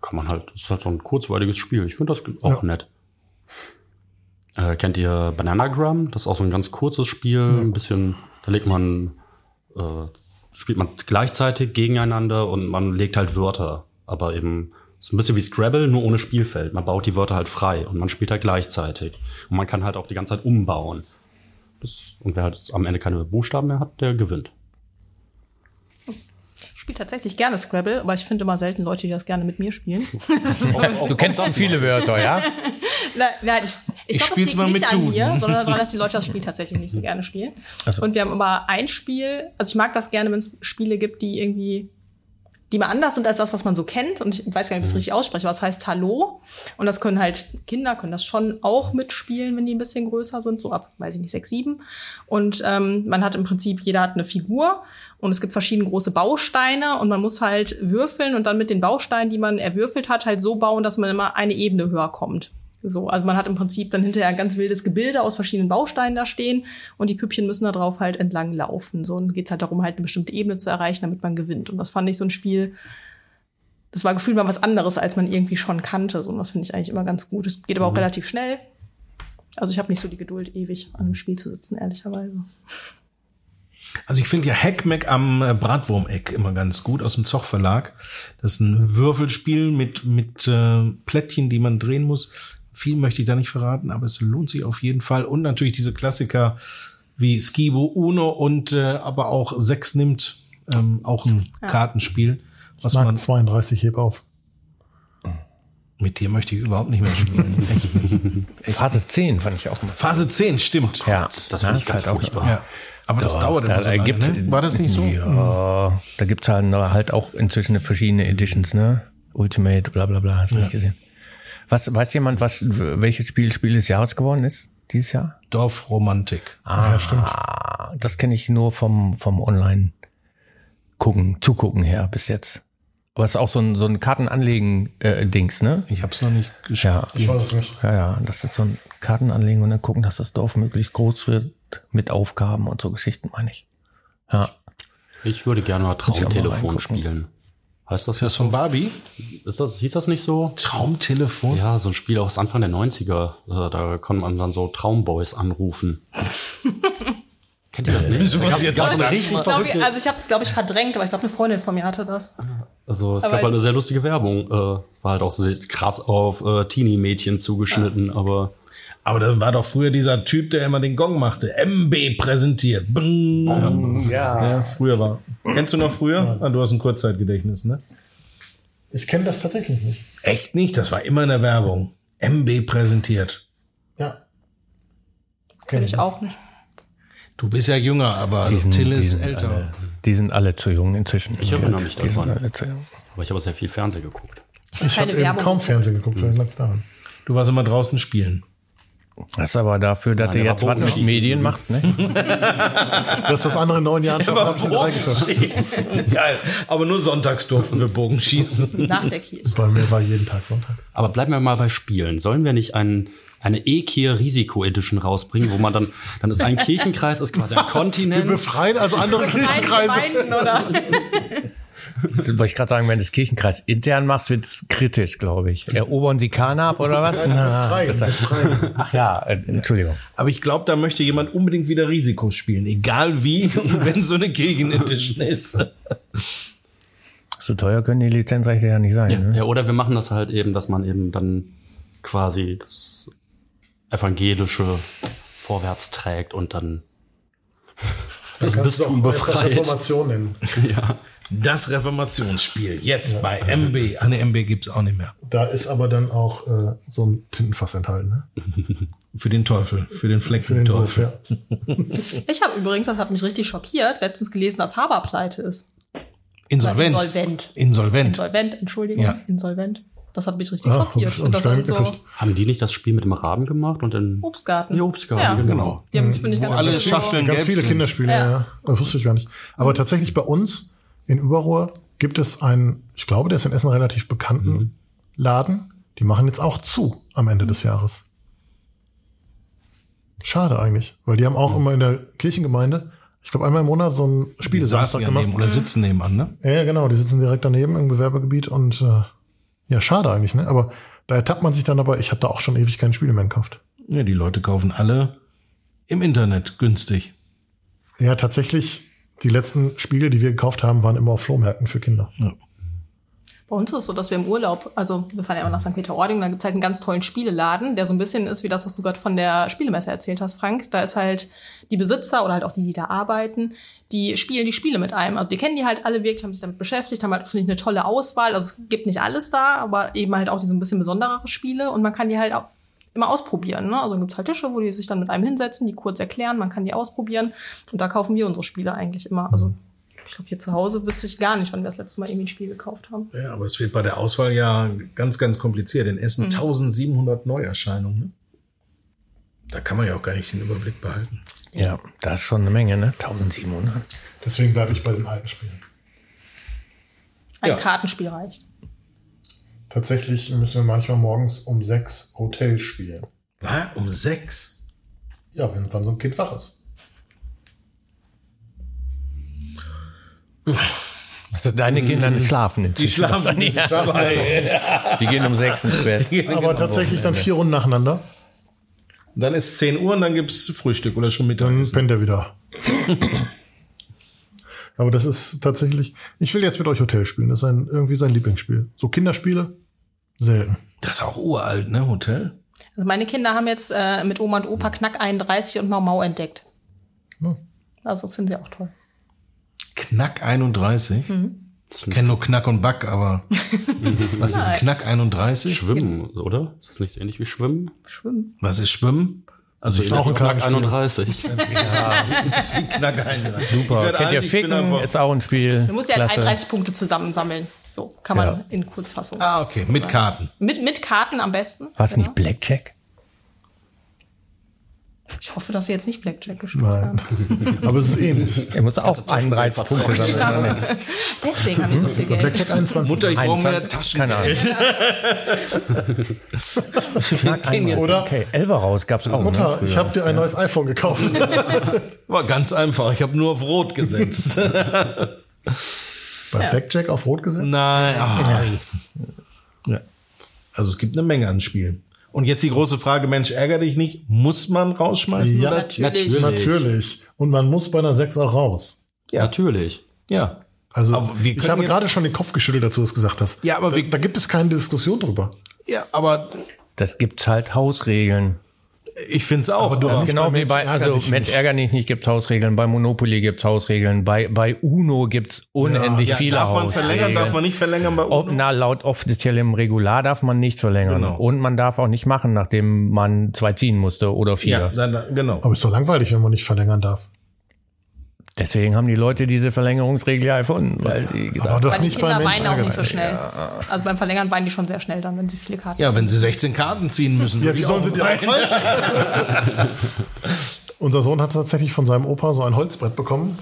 Kann man halt, ist halt so ein kurzweiliges Spiel. Ich finde das auch nett. Äh, kennt ihr Bananagram? Das ist auch so ein ganz kurzes Spiel. Ein bisschen, da legt man, äh, spielt man gleichzeitig gegeneinander und man legt halt Wörter. Aber eben, ist ein bisschen wie Scrabble, nur ohne Spielfeld. Man baut die Wörter halt frei und man spielt halt gleichzeitig. Und man kann halt auch die ganze Zeit umbauen. Das, und wer halt am Ende keine Buchstaben mehr hat, der gewinnt. Ich spiele tatsächlich gerne Scrabble, aber ich finde immer selten Leute, die das gerne mit mir spielen. Du kennst zu viele Wörter, ja? Nein, nein, ich, ich, Ich glaube, spiel's das liegt mal nicht mit an du, mir, ne? sondern daran, dass die Leute das Spiel tatsächlich nicht so gerne spielen. Also. Und wir haben immer ein Spiel, also ich mag das gerne, wenn es Spiele gibt, die irgendwie, die mal anders sind als das, was man so kennt. Und ich weiß gar Mhm. nicht, ob ich es richtig ausspreche, aber es heißt Hallo. Und das können halt Kinder, können das schon auch mitspielen, wenn die ein bisschen größer sind, so ab, weiß ich nicht, sechs, sieben. Und ähm, man hat im Prinzip, jeder hat eine Figur und es gibt verschiedene große Bausteine und man muss halt würfeln und dann mit den Bausteinen, die man erwürfelt hat, halt so bauen, dass man immer eine Ebene höher kommt. So, also man hat im Prinzip dann hinterher ein ganz wildes Gebilde aus verschiedenen Bausteinen da stehen und die Püppchen müssen da drauf halt entlang laufen. So, und geht's halt darum, halt eine bestimmte Ebene zu erreichen, damit man gewinnt. Und das fand ich so ein Spiel, das war gefühlt mal was anderes, als man irgendwie schon kannte. So, und das finde ich eigentlich immer ganz gut. Es geht aber auch relativ schnell. Also ich habe nicht so die Geduld, ewig an einem Spiel zu sitzen, ehrlicherweise. Also ich finde ja Hackmack am äh, Bratwurmeck immer ganz gut aus dem Zoch Verlag. Das ist ein Würfelspiel mit mit äh, Plättchen, die man drehen muss. Viel möchte ich da nicht verraten, aber es lohnt sich auf jeden Fall und natürlich diese Klassiker wie Skibo Uno und äh, aber auch Sechs nimmt ähm, auch ein Kartenspiel, was Mark man 32 heb auf. mit dir möchte ich überhaupt nicht mehr spielen. Echt. Phase 10 fand ich auch mal. Phase 10, stimmt. Ja, Das finde ich ganz halt auch- furchtbar. Ja. Aber das dauert immer Da, so da lange, gibt's, ne? War das nicht so? Ja, da gibt's halt, na, halt auch inzwischen verschiedene Editions, ne? Ultimate, bla bla bla, hast du nicht gesehen. Was, weiß jemand, was, welches Spiel Spiel des Jahres geworden ist dieses Jahr? Dorfromantik. Ah, ja, stimmt. Ah, das kenne ich nur vom, vom Online-Gucken, Zugucken her bis jetzt. Aber es ist auch so ein, so ein Kartenanlegen-Dings, ne? Ich habe es noch nicht geschafft. Ja. Ich weiß es nicht. Ja, ja, das ist so ein Kartenanlegen und dann gucken, dass das Dorf möglichst groß wird mit Aufgaben und so Geschichten, meine ich. Ja. Ich würde gerne mal ich auch mal Traumtelefon reingucken. spielen. Heißt das Ist das von Barbie? Ist das, hieß das nicht so? Traumtelefon? Ja, so ein Spiel aus Anfang der 90er. Äh, Da konnte man dann so Traumboys anrufen. Äh, Kennt ihr das nicht? Da wir uns gab's- jetzt gab's auch so eine sagen? richtig Ich glaub, verrückte- also ich habe es, glaube ich, verdrängt, aber ich glaube, eine Freundin von mir hatte das. Also es aber- gab halt eine sehr lustige Werbung. Äh, War halt auch sehr krass auf äh, Teenie-Mädchen zugeschnitten, aber Aber da war doch früher dieser Typ, der immer den Gong machte. MB präsentiert. Bing. Ja. Ja, früher war. Kennst du noch früher? Ah, du hast ein Kurzzeitgedächtnis, ne? Ich kenne das tatsächlich nicht. Echt nicht? Das war immer in der Werbung. MB präsentiert. Ja. Kenn ich auch nicht. Du bist ja jünger, aber Till ist älter. Alle, die sind alle zu jung inzwischen. Ich erinnere mich Die sind daran. alle zu jung. Aber ich habe sehr viel Fernsehen geguckt. Ich habe Keine eben Werbung. kaum Fernsehen geguckt, vielleicht lag's daran. Du warst immer draußen spielen. Das ist aber dafür, dass du der jetzt war was mit Bogenschießen. Medien machst, ne? Das, was andere in neun Jahren schaffen, habe ich in drei geschafft. Bogenschießen. Geil. Aber nur sonntags durften wir Bogenschießen. Nach der Kirche. Bei mir war jeden Tag Sonntag. Aber bleiben wir mal bei Spielen. Sollen wir nicht einen, eine E-Kier Risiko Edition rausbringen, wo man dann, dann ist ein Kirchenkreis, ist quasi ein Wir Kontinent. befreien also andere Nein, Kirchenkreise. Gemeinden, oder? Wollte ich gerade sagen, wenn du das Kirchenkreis intern machst, wird's kritisch, glaube ich. Erobern sie Kana ab oder was? Ah, Na, das heißt, ach ja, äh, Entschuldigung. Aber ich glaube, da möchte jemand unbedingt wieder Risiko spielen. Egal wie, und wenn so eine Gegenedition ist. So teuer können die Lizenzrechte ja nicht sein. Ja, ne? ja, oder wir machen das halt eben, dass man eben dann quasi das evangelische vorwärts trägt und dann das Bistum befreit. Reformation nennen. Das Reformationsspiel. Jetzt bei MB. Ah, ne, MB gibt's auch nicht mehr. Da ist aber dann auch äh, so ein Tintenfass enthalten, ne? Für den Teufel. Für den Fleck Für den Wurf, ja. Ich habe übrigens, das hat mich richtig schockiert, letztens gelesen, dass Haber pleite ist. Insolvenz. Insolvent. Insolvent. Insolvent, Entschuldigung, Ja. insolvent. Das hat mich richtig Ah, hab schockiert. ich Und das auch sind nicht so mitgekriegt. Haben die nicht das Spiel mit dem Raben gemacht und dann Obstgarten. die Obstgarten? Oh. Ja. genau. Die haben mich, finde ich, ganz alle gut Schachteln Ganz gelb viele sind. Kinderspiele, ja. Ja. Mhm. Das wusste ich gar nicht. Aber tatsächlich bei uns in Überruhr gibt es einen, ich glaube, der ist in Essen relativ bekannten Mhm. Laden. Die machen jetzt auch zu am Ende des Jahres. Schade eigentlich, weil die haben auch immer in der Kirchengemeinde, ich glaube einmal im Monat so ein Die Spielesamstag saßen ja gemacht. neben oder sitzen nebenan, ne? Ja, ja, genau, die sitzen direkt daneben im Gewerbegebiet und äh, ja, schade eigentlich, ne? Aber da ertappt man sich dann aber, ich habe da auch schon ewig keine Spiele mehr gekauft. Ja, die Leute kaufen alle im Internet günstig. Ja, tatsächlich, die letzten Spiele, die wir gekauft haben, waren immer auf Flohmärkten für Kinder. Bei uns ist es so, dass wir im Urlaub, also wir fahren ja immer nach St. Peter-Ording, da gibt's halt einen ganz tollen Spieleladen, der so ein bisschen ist wie das, was du gerade von der Spielemesse erzählt hast, Frank. Da ist halt die Besitzer oder halt auch die, die da arbeiten, die spielen die Spiele mit einem. Also die kennen die halt alle wirklich, haben sich damit beschäftigt, haben halt, finde ich, eine tolle Auswahl. Also es gibt nicht alles da, aber eben halt auch diese ein bisschen besonderere Spiele und man kann die halt auch immer ausprobieren. Ne? Also dann gibt's halt Tische, wo die sich dann mit einem hinsetzen, die kurz erklären, man kann die ausprobieren und da kaufen wir unsere Spiele eigentlich immer. Also ich glaube, hier zu Hause wüsste ich gar nicht, wann wir das letzte Mal irgendwie ein Spiel gekauft haben. Ja, aber es wird bei der Auswahl ja ganz, ganz kompliziert. In Essen 1700 Neuerscheinungen. Ne? Da kann man ja auch gar nicht den Überblick behalten. Ja, das ist schon eine Menge, ne? 1700. Deswegen bleibe ich bei den alten Spielen. Ein Ja. Kartenspiel reicht. Tatsächlich müssen wir manchmal morgens um sechs Hotel spielen. War um sechs. Ja, wenn dann so ein Kind wach ist. Also deine Kinder nicht schlafen inzwischen. Mhm. Die schlafen nicht. Die gehen um sechs ins Bett. Aber tatsächlich dann vier Runden nacheinander. Dann ist 10 Uhr und dann gibt's Frühstück oder schon Mittag. Dann pennt er wieder. Aber das ist tatsächlich. Ich will jetzt mit euch Hotel spielen. Das ist ein, irgendwie sein Lieblingsspiel. So Kinderspiele? Selten. Das ist auch uralt, ne? Hotel. Also meine Kinder haben jetzt äh, mit Oma und Opa Knack 31 und Mau Mau entdeckt. Ja. Also finden sie auch toll. Knack 31. Ich kenne nur Knack und Back, aber was ist Knack 31? Schwimmen, oder? Ist das nicht ähnlich wie Schwimmen? Schwimmen. Was ist Schwimmen? Also ich Auch ein Tag kleines Spiel. 31. weiß wie Knack 31. Ich Super. werde Kennt alt, ihr ich bin Ficken? einfach- Ist auch ein Spiel. Du musst ja halt Klasse. 31 Punkte zusammensammeln. So kann man in Kurzfassung. Ah, okay, mit Karten. Mit, mit Karten am besten. Was Genau. nicht Blackjack? Genau. Ich hoffe, dass sie jetzt nicht Blackjack gespielt haben. Nein. Aber es ist ähnlich. Er muss auch 31 Punkte sammeln. ne? Deswegen haben die so viel Geld. Hm? Blackjack 21. Mutter, ich brauche mehr 21, Taschengeld. keine Ahnung. Knack einmal. Oder? Okay, Elver raus gab's auch. Mutter, ne, ich habe dir ein neues iPhone gekauft. War ganz einfach. Ich habe nur auf Rot gesetzt. Bei Blackjack auf Rot gesetzt? Nein. ah. Ja. Also es gibt eine Menge an Spielen. Und jetzt die große Frage, Mensch, ärger dich nicht, muss man rausschmeißen? Ja. oder? Natürlich. Natürlich. Und man muss bei einer 6 auch raus. Natürlich. ja. Also, Aber wir ich können habe jetzt- gerade schon den Kopf geschüttelt, als du das gesagt hast. Ja, aber da, wir- da gibt es keine Diskussion drüber. Ja, aber Das gibt's halt Hausregeln. Ich finde es auch. Das aber- ist genau bei wie bei, Mensch ärger also dich Mensch nicht. ärger dich nicht gibt's Hausregeln, bei Monopoly gibt's Hausregeln, bei, bei UNO gibt's unendlich ja, viele darf man verlängern, darf Hausregeln. man nicht verlängern bei Ob, Uno? na, laut offiziellem Regular darf man nicht verlängern. Genau. Und man darf auch nicht machen, nachdem man zwei ziehen musste oder vier. Ja, dann, dann, genau. Aber ist doch langweilig, wenn man nicht verlängern darf. Deswegen haben die Leute diese Verlängerungsregel ja erfunden, weil die Aber gesagt doch Weil die nicht bei Kinder Mensch weinen auch ärger nicht so dich. schnell. Also beim Verlängern weinen die schon sehr schnell dann, wenn sie viele Karten Ja, wenn sie 16 Karten ziehen müssen. Ja, würde wie ich sollen auch sie die rein. auch Unser Sohn hat tatsächlich von seinem Opa so ein Holzbrett bekommen,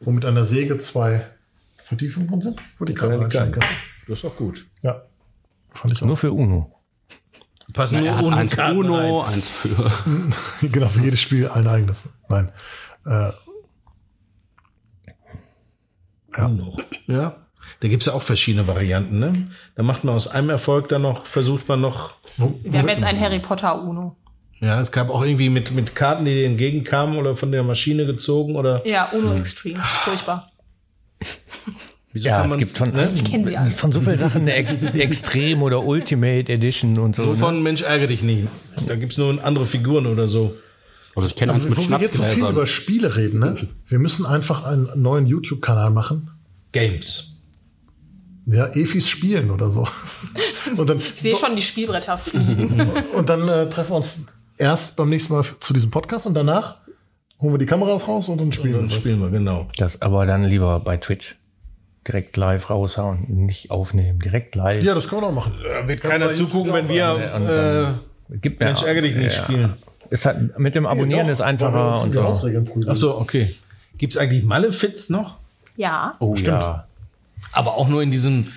wo mit einer Säge zwei Vertiefungen drin sind, wo die Karte reinstecken kann. Das ist doch gut. Ja. Fand ich auch. nur für UNO. Passen Er nur hat ohne eins Karten Uno, rein. eins für. genau, für jedes Spiel ein eigenes. Nein. Äh, Uno. Ja. Da gibt's ja auch verschiedene Varianten, ne? Da macht man aus einem Erfolg dann noch, versucht man noch. Wir haben jetzt ein Harry Potter Uno. Ja, es gab auch irgendwie mit, mit Karten, die dir entgegenkamen oder von der Maschine gezogen oder. Ja, Uno Extreme. Furchtbar. Wieso Ja, kann es man's- gibt von, ne? Kennen sie alle. von so vielen Sachen eine Ex Extrem oder Ultimate Edition und so. Ne? Wovon, Mensch, ärgere dich nicht. Da gibt's nur andere Figuren oder so. Also ich kenne uns also, mit wo wir jetzt so viel Schnapsgläsern. über Spiele reden, ne? Wir müssen einfach einen neuen YouTube-Kanal machen. Games. Ja, Efis spielen oder so. Und dann, Ich sehe schon die Spielbretter fliegen. und dann äh, treffen wir uns erst beim nächsten Mal f- zu diesem Podcast und danach holen wir die Kameras raus und dann spielen Dann wir. was. spielen wir, genau. Das aber dann lieber bei Twitch. Direkt live raushauen, nicht aufnehmen, direkt live. Ja, das können wir auch machen. Wird keiner zugucken, wenn wir Gibt äh, mir Mensch, ärgere dich nicht spielen. Ist halt, mit dem Abonnieren ist einfacher und so. Ach so. so, okay. Gibt's eigentlich Malefiz noch? ja. Oh, ja. Aber auch nur in diesem,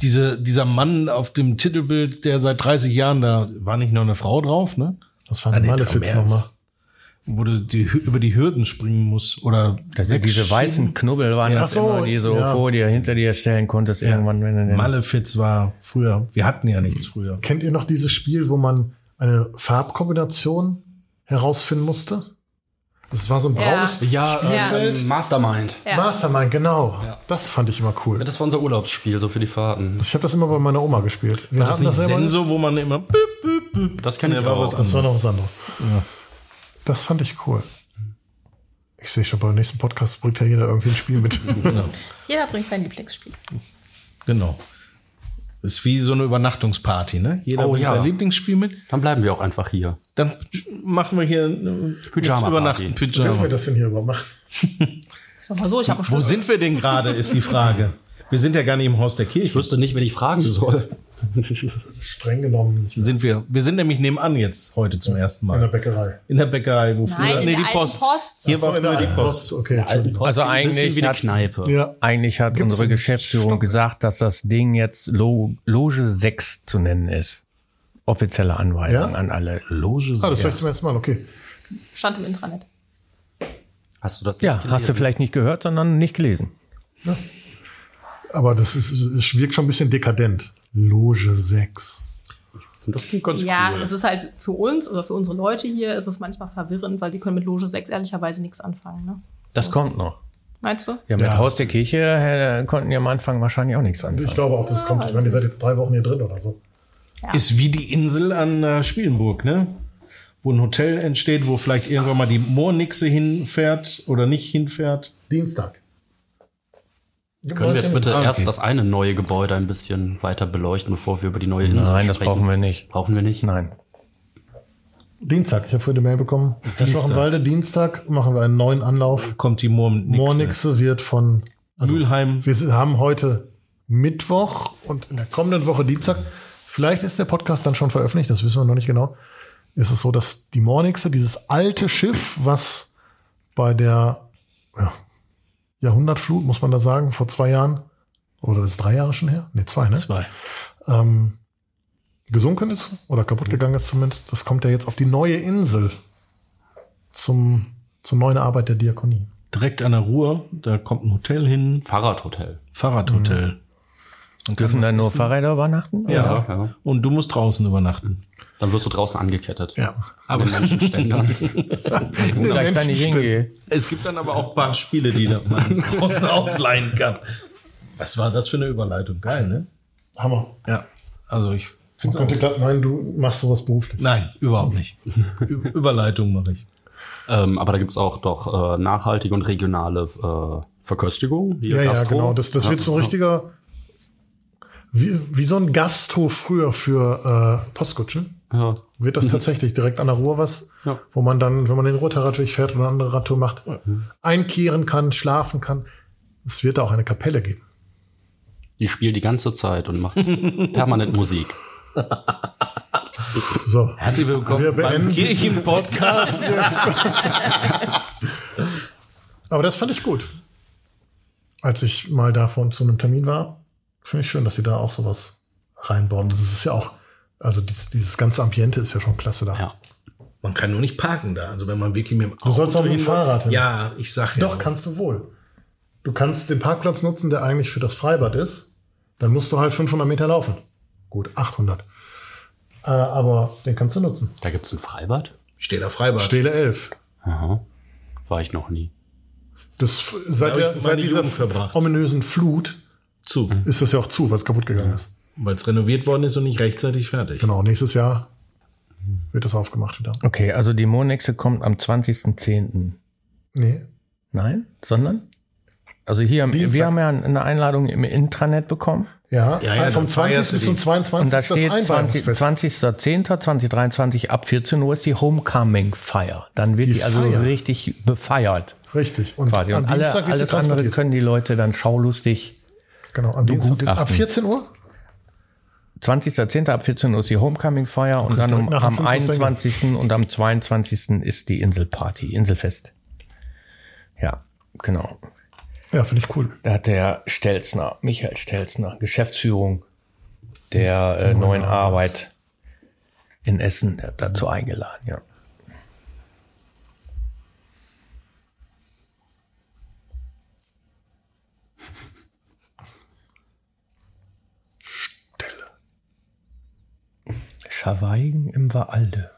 diese, dieser Mann auf dem Titelbild, der seit 30 Jahren da, war nicht noch eine Frau drauf, ne? Das Ah, waren die Malefiz nochmal. Wo du die, Hü- über die Hürden springen musst oder Das sind Also diese wegschieben. weißen Knubbel waren Ja. das Ach so, immer, die so ja. vor dir, hinter dir stellen konntest irgendwann, wenn du den Malefiz war früher. Wir hatten ja nichts früher. Kennt ihr noch dieses Spiel, wo man eine Farbkombination herausfinden musste? Das war so ein braunes Ja, äh, Spielfeld. Mastermind. Ja. Mastermind, genau. Das fand ich immer cool. Das war unser Urlaubsspiel, so für die Fahrten. Ich habe das immer bei meiner Oma gespielt. Wir Das hatten ist nicht das immer. Sensor, wo man immer. Das kenne ich war auch. was Das war noch was anderes. Das fand ich cool. Ich sehe schon, beim nächsten Podcast bringt ja jeder irgendwie ein Spiel mit. Jeder bringt sein Lieblingsspiel. Genau. Ist wie so eine Übernachtungsparty, ne? Jeder Oh, bringt ja. sein Lieblingsspiel mit. Dann bleiben wir auch einfach hier. Dann machen wir hier eine Pyjama-Party. Übernachten. Dürfen wir Pyjama. das denn hier übermachen? Sag mal so, ich habe einen Wo Schlüssel. sind wir denn gerade, ist die Frage. Wir sind ja gar nicht im Haus der Ich Kirche. wüsste nicht, wen ich fragen soll. Also Streng genommen nicht. Sind wir. Wir sind nämlich nebenan jetzt heute zum ersten In der Mal. Bäckerei. In der Bäckerei, wo früher. Nein, in nee, der die alten Post. Post. Hier war in der früher die alten Post. Okay, Entschuldigung. Also eigentlich wie eine hat- Kneipe. Ja. Eigentlich hat Gibt's unsere einen Geschäftsführung Stock? gesagt, dass das Ding jetzt Lo Loge 6 zu nennen ist. Offizielle Anweisung Ja? an alle. Loge Ah, das 6. sag ich zum ersten Mal, okay. Stand im Intranet. Hast du das Ja, nicht hast du gelesen? vielleicht nicht gehört, sondern nicht gelesen. Aber das ist, es wirkt schon ein bisschen dekadent. Loge 6. Sind doch die ganz Ja, cool. es ist halt für uns oder für unsere Leute hier ist es manchmal verwirrend, weil die können mit Loge 6 ehrlicherweise nichts anfangen. Ne? Das kommt noch. Meinst du? Ja, mit Ja. Haus der Kirche äh, konnten wir am Anfang wahrscheinlich auch nichts Ich anfangen. glaube auch, das kommt. Ich meine, ihr seid jetzt drei Wochen hier drin oder so. Ist wie die Insel an äh, Spielenburg, ne? Wo ein Hotel entsteht, wo vielleicht irgendwann mal die Moornixe hinfährt oder nicht hinfährt. Dienstag. Können wir jetzt bitte Okay. erst das eine neue Gebäude ein bisschen weiter beleuchten, bevor wir über die neue Insel sprechen? Nein, das brauchen wir nicht. Brauchen wir nicht? Nein. Dienstag. Ich habe vorhin eine Mail bekommen. Herr Schochenwalde, Dienstag machen wir einen neuen Anlauf. Kommt die Moornixe. Mornixe wird von. Mülheim. Wir sind- haben heute Mittwoch und in der kommenden Woche Dienstag. Vielleicht ist der Podcast dann schon veröffentlicht, das wissen wir noch nicht genau. Ist es so, dass die Mornixe, dieses alte Schiff, was bei der ja, Jahrhundertflut, muss man da sagen, vor zwei Jahren, oder ist drei Jahre schon her? Ne, zwei, ne? Zwei. ähm, gesunken ist oder kaputt gegangen ist zumindest, das kommt ja jetzt auf die neue Insel zum, zur neuen Arbeit der Diakonie. Direkt an der Ruhr, da kommt ein Hotel hin, Fahrradhotel. Fahrradhotel. Und Dürfen dann nur Fahrräder übernachten? Ja. Ja. Und du musst draußen übernachten. Dann wirst du draußen angekettet. Ja. Aber Menschenständer. Gut, da ich da nicht Menschenstimme. hingehe. Es gibt dann aber auch ein paar Spiele, die da man draußen ausleihen kann. Was war das für eine Überleitung? Geil, ne? Hammer. Ja. Also ich find's Könnte glatt, nein, du machst sowas beruflich. Nein, überhaupt nicht. Ü- Überleitung mache ich. Ähm, aber da gibt's auch doch äh, nachhaltige und regionale äh, Verköstigung. Hier Ja, ja, Gastro. genau. Das, das Ja, wird so ein richtiger, wie, wie so ein Gasthof früher für äh, Postkutschen. Ja. Wird das tatsächlich direkt an der Ruhr was, Ja. wo man dann, wenn man den Ruhrterradweg fährt oder eine andere Radtour macht, einkehren kann, schlafen kann. Es wird da auch eine Kapelle geben. Die spielt die ganze Zeit und macht permanent Musik. So. Herzlich willkommen Wir beim beenden. Kirchen-Podcast. Aber das fand ich gut. Als ich mal davon zu einem Termin war, finde ich schön, dass sie da auch sowas reinbauen. Das ist ja auch, also dieses, dieses ganze Ambiente ist ja schon klasse da. Ja. Man kann nur nicht parken da. Also wenn man wirklich mit dem Auto sollst auch mit dem hin will- Fahrrad hin. Ja, ich sag ja. Doch, kannst du wohl. Du kannst den Parkplatz nutzen, der eigentlich für das Freibad ist. Dann musst du halt 500 Meter laufen. Gut, 800. Äh, aber den kannst du nutzen. Da gibt's ein Freibad? Steht da Freibad. Stele 11. Aha. War ich noch nie. Das, seit Da hab der, ich seit meine dieser Jugend verbracht. ominösen Flut zu, ist das ja auch zu, weil es kaputt gegangen ist. weil es renoviert worden ist und nicht rechtzeitig fertig. Genau, nächstes Jahr wird das aufgemacht wieder. Okay, also die Monexe kommt am 20.10. Nee, Nein, sondern? Also hier, Dienstag. wir haben ja eine Einladung im Intranet bekommen. Ja, Ja, ja, also vom dann feierst 20. du bis zum die. 22. Und da ist das steht 20 Einweihungsfest. 20.10.2023 ab 14 Uhr ist die Homecoming Feier. Dann wird Die die, also Feier. richtig befeiert Richtig. Und quasi. am Und alle, Dienstag wird sie alles andere transportiert. können die Leute dann schaulustig. genau, am Dienstag wird, ab Gutachten. 14 Uhr? 20.10. ab 14 Uhr ist die Homecoming Feier und dann direkt um, nach dem am Fünf Uhr fängt. 21. und am 22. ist die Inselparty, Inselfest. Ja, genau. Ja, finde ich cool. Da hat der Stelzner, Michael Stelzner, Geschäftsführung der äh, neuen Arbeit in Essen der hat dazu eingeladen, ja. Schaweigen im Waalde.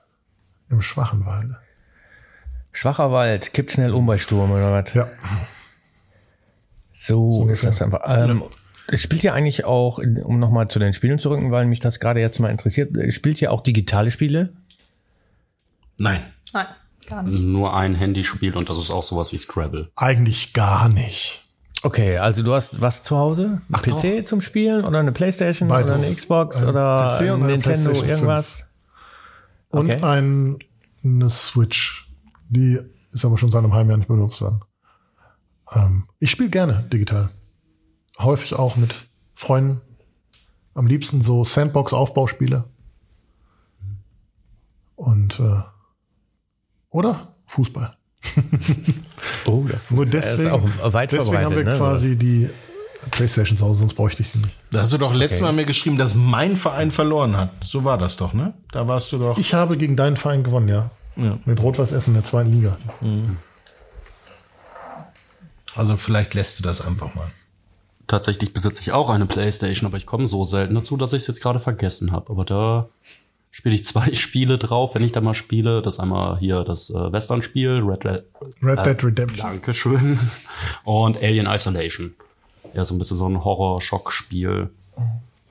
Im schwachen Walde. Schwacher Wald, kippt schnell um bei Sturm oder was? Ja. So, ist ungefähr. das einfach. Ähm, es Spielt ja eigentlich auch, um nochmal zu den Spielen zu rücken, weil mich das gerade jetzt mal interessiert, es spielt ja auch digitale Spiele. Nein. Nein, gar nicht. Nur ein Handyspiel und das ist auch sowas wie Scrabble. Eigentlich gar nicht. Okay, also du hast was zu Hause? Ein PC zum Spielen oder eine Playstation Beides. oder eine Xbox Ein oder PC und eine Nintendo Playstation irgendwas? Und Okay. ein, eine Switch. Die ist aber schon seit einem halben Jahr nicht benutzt worden. Ähm, ich spiele gerne digital. Häufig auch mit Freunden. Am liebsten so Sandbox-Aufbauspiele. Und äh, oder Fußball. Oh, das Nur das ist deswegen, auch weit deswegen haben wir verbreitet. Ne? quasi die Playstation zu Hause, sonst bräuchte ich die nicht. Da hast du doch letztes Mal mir geschrieben, dass mein Verein verloren hat. So war das doch, ne? Da warst du doch. Ich habe gegen deinen Verein gewonnen, ja. Mit Rot-Weiß Essen in der zweiten Liga. Also vielleicht lässt du das einfach mal. Tatsächlich besitze ich auch eine Playstation, aber ich komme so selten dazu, dass ich es jetzt gerade vergessen habe. Aber da spiele ich zwei Spiele drauf, wenn ich da mal spiele. Das einmal hier das äh, Western-Spiel, Red, Red Red Dead Redemption. Dankeschön. Und Alien Isolation. Ja, so ein bisschen so ein Horror-Schock-Spiel.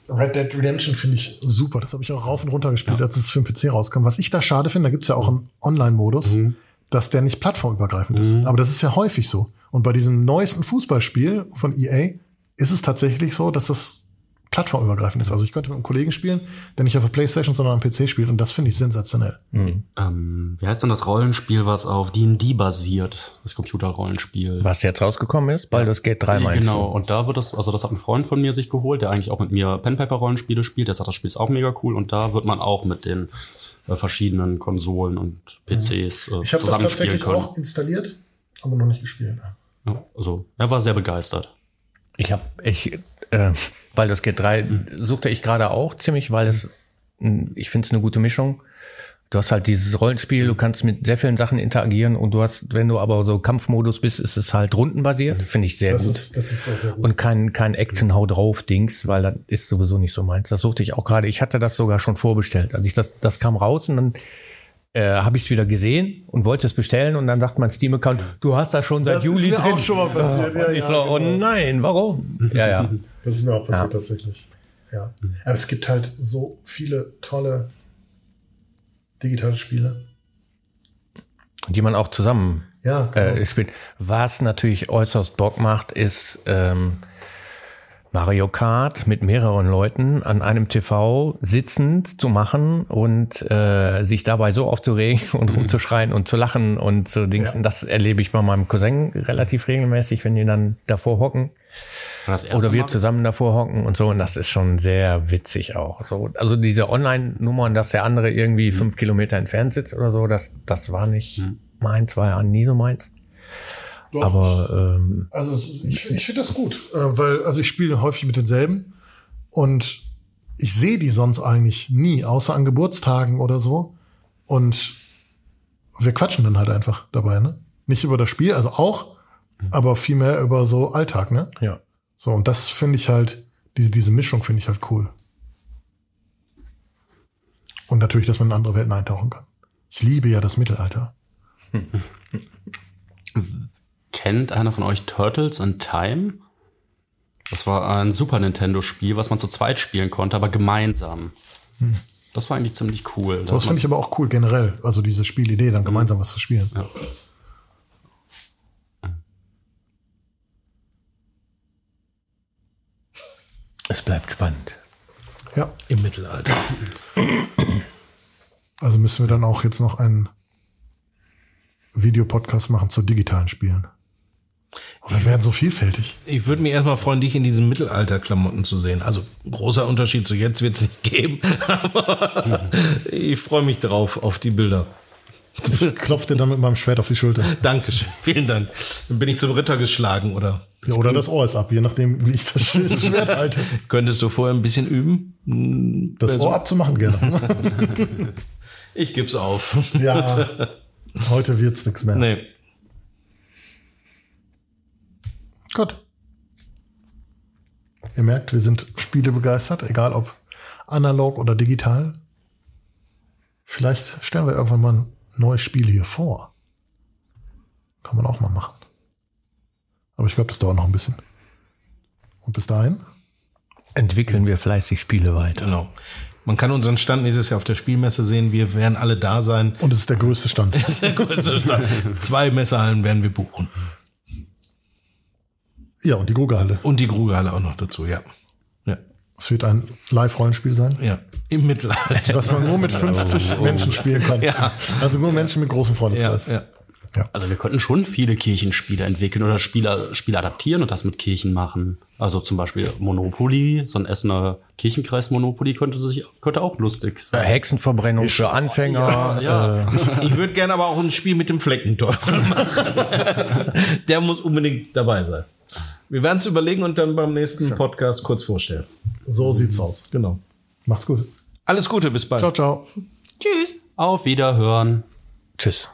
Red Dead Redemption finde ich super. Das habe ich auch rauf und runter gespielt, als es für den PC rauskam. Was ich da schade finde, da gibt es ja auch einen Online-Modus, Mhm. dass der nicht plattformübergreifend ist. Aber das ist ja häufig so. Und bei diesem neuesten Fußballspiel von EA ist es tatsächlich so, dass das plattformübergreifend ist. Also ich könnte mit einem Kollegen spielen, der nicht auf der Playstation, sondern am PC spielt. Und das finde ich sensationell. Hm. Ähm, wie heißt denn das Rollenspiel, was auf D&D basiert? Das Computerrollenspiel. Was jetzt rausgekommen ist? Baldur's Gate 3 meinst Genau, und da wird das, also das hat ein Freund von mir sich geholt, der eigentlich auch mit mir Pen Paper Rollenspiele spielt, der sagt, das Spiel ist auch mega cool und da wird man auch mit den äh, verschiedenen Konsolen und Mhm. PCs äh, zusammenspielen können. installiert, aber noch nicht gespielt. Ja, also, er war sehr begeistert. Ich habe ich äh, Baldur's Gate 3 suchte ich gerade auch ziemlich, weil es mh, ich finde es eine gute Mischung. Du hast halt dieses Rollenspiel, du kannst mit sehr vielen Sachen interagieren und du hast, wenn du aber so Kampfmodus bist, ist es halt rundenbasiert. Finde ich sehr gut. Mhm. das ist sehr, sehr und kein, kein Action-Hau drauf, Dings, weil das ist sowieso nicht so meins. Das suchte ich auch gerade. Ich hatte das sogar schon vorbestellt. Also ich das, das kam raus und dann äh, habe ich es wieder gesehen und wollte es bestellen und dann sagt mein Steam-Account, du hast das schon seit Das ist Juli mir auch drin. schon mal passiert. Ja, Ja, und Ah. ich ja, so, genau. oh nein, warum? Ja, Mhm. ja. Das ist mir auch passiert tatsächlich. Ja. Aber es gibt halt so viele tolle digitale Spiele. die man auch zusammen Ja, genau. äh, spielt. Was natürlich äußerst Bock macht, ist ähm, Mario Kart mit mehreren Leuten an einem TV sitzend zu machen und äh, sich dabei so aufzuregen und rumzuschreien und zu lachen und zu Dingsen. Ja. Das erlebe ich bei meinem Cousin relativ regelmäßig, wenn die dann davor hocken Das erste oder wir Mal- zusammen davor hocken und so. Und das ist schon sehr witzig auch. So, also diese Online-Nummern, dass der andere irgendwie fünf Kilometer entfernt sitzt oder so, das, das war nicht meins, war ja nie so meins. Doch. Aber ähm, Also ich, ich finde das gut, äh, weil also ich spiele häufig mit denselben und ich sehe die sonst eigentlich nie, außer an Geburtstagen oder so. Und wir quatschen dann halt einfach dabei, ne? Nicht über das Spiel, also auch, Mhm. aber vielmehr über so Alltag, ne? ja. So, und das finde ich halt, diese, diese Mischung finde ich halt cool. Und natürlich, dass man in andere Welten eintauchen kann. Ich liebe ja das Mittelalter. Kennt einer von euch Turtles in Time? Das war ein Super Nintendo-Spiel, was man zu zweit spielen konnte, aber gemeinsam. Hm. Das war eigentlich ziemlich cool. Das finde ich aber auch cool generell. Also diese Spielidee, dann gemeinsam was zu spielen. Es bleibt spannend. Ja. Im Mittelalter. Also müssen wir dann auch jetzt noch einen Videopodcast machen zu digitalen Spielen. Aber wir werden so vielfältig. Ich würde mich erstmal freuen, dich in diesen Mittelalter-Klamotten zu sehen. Also großer Unterschied zu jetzt wird es nicht geben. Aber ich freue mich drauf, auf die Bilder. Ich klopfte dann mit meinem Schwert auf die Schulter. Dankeschön, vielen Dank. Dann bin ich zum Ritter geschlagen, oder? Ja, oder das Ohr ist ab, je nachdem, wie ich das Schild- Schwert halte. Könntest du vorher ein bisschen üben? Das Ohr abzumachen gerne. Ich gib's auf. Ja. Heute wird's nichts mehr. nee. Gut. Ihr merkt, wir sind spielebegeistert, egal ob analog oder digital. Vielleicht stellen wir irgendwann mal ein neues Spiel hier vor. Kann man auch mal machen. Aber ich glaube, das dauert noch ein bisschen. Und bis dahin, Entwickeln wir fleißig Spiele weiter. Genau. Man kann unseren Stand nächstes Jahr auf der Spielmesse sehen. Wir werden alle da sein. und es ist der größte Stand. Das ist der größte Stand. Zwei Messehallen werden wir buchen. Ja, und die Grugehalle. Und die Grugehalle auch noch dazu, ja. Ja. Es wird ein Live-Rollenspiel sein, ja. Im Mittelalter. was man nur mit 50 Menschen spielen kann. Ja. Also nur Menschen mit großem Ja, Freundeskreis. ja. also wir könnten schon viele Kirchenspiele entwickeln oder Spieler, Spiele adaptieren und das mit Kirchen machen. Also zum Beispiel Monopoly, so ein Essener Kirchenkreis Monopoly könnte sich könnte auch lustig Äh, sein. Hexenverbrennung für Anfänger. ja. Ich würde gerne aber auch ein Spiel mit dem Fleckenteufel machen. Der muss unbedingt dabei sein. Wir werden es überlegen und dann beim nächsten Podcast kurz vorstellen. So sieht's aus. Genau. Macht's gut. Alles Gute, bis bald. Ciao, ciao. Tschüss. Auf Wiederhören. Tschüss.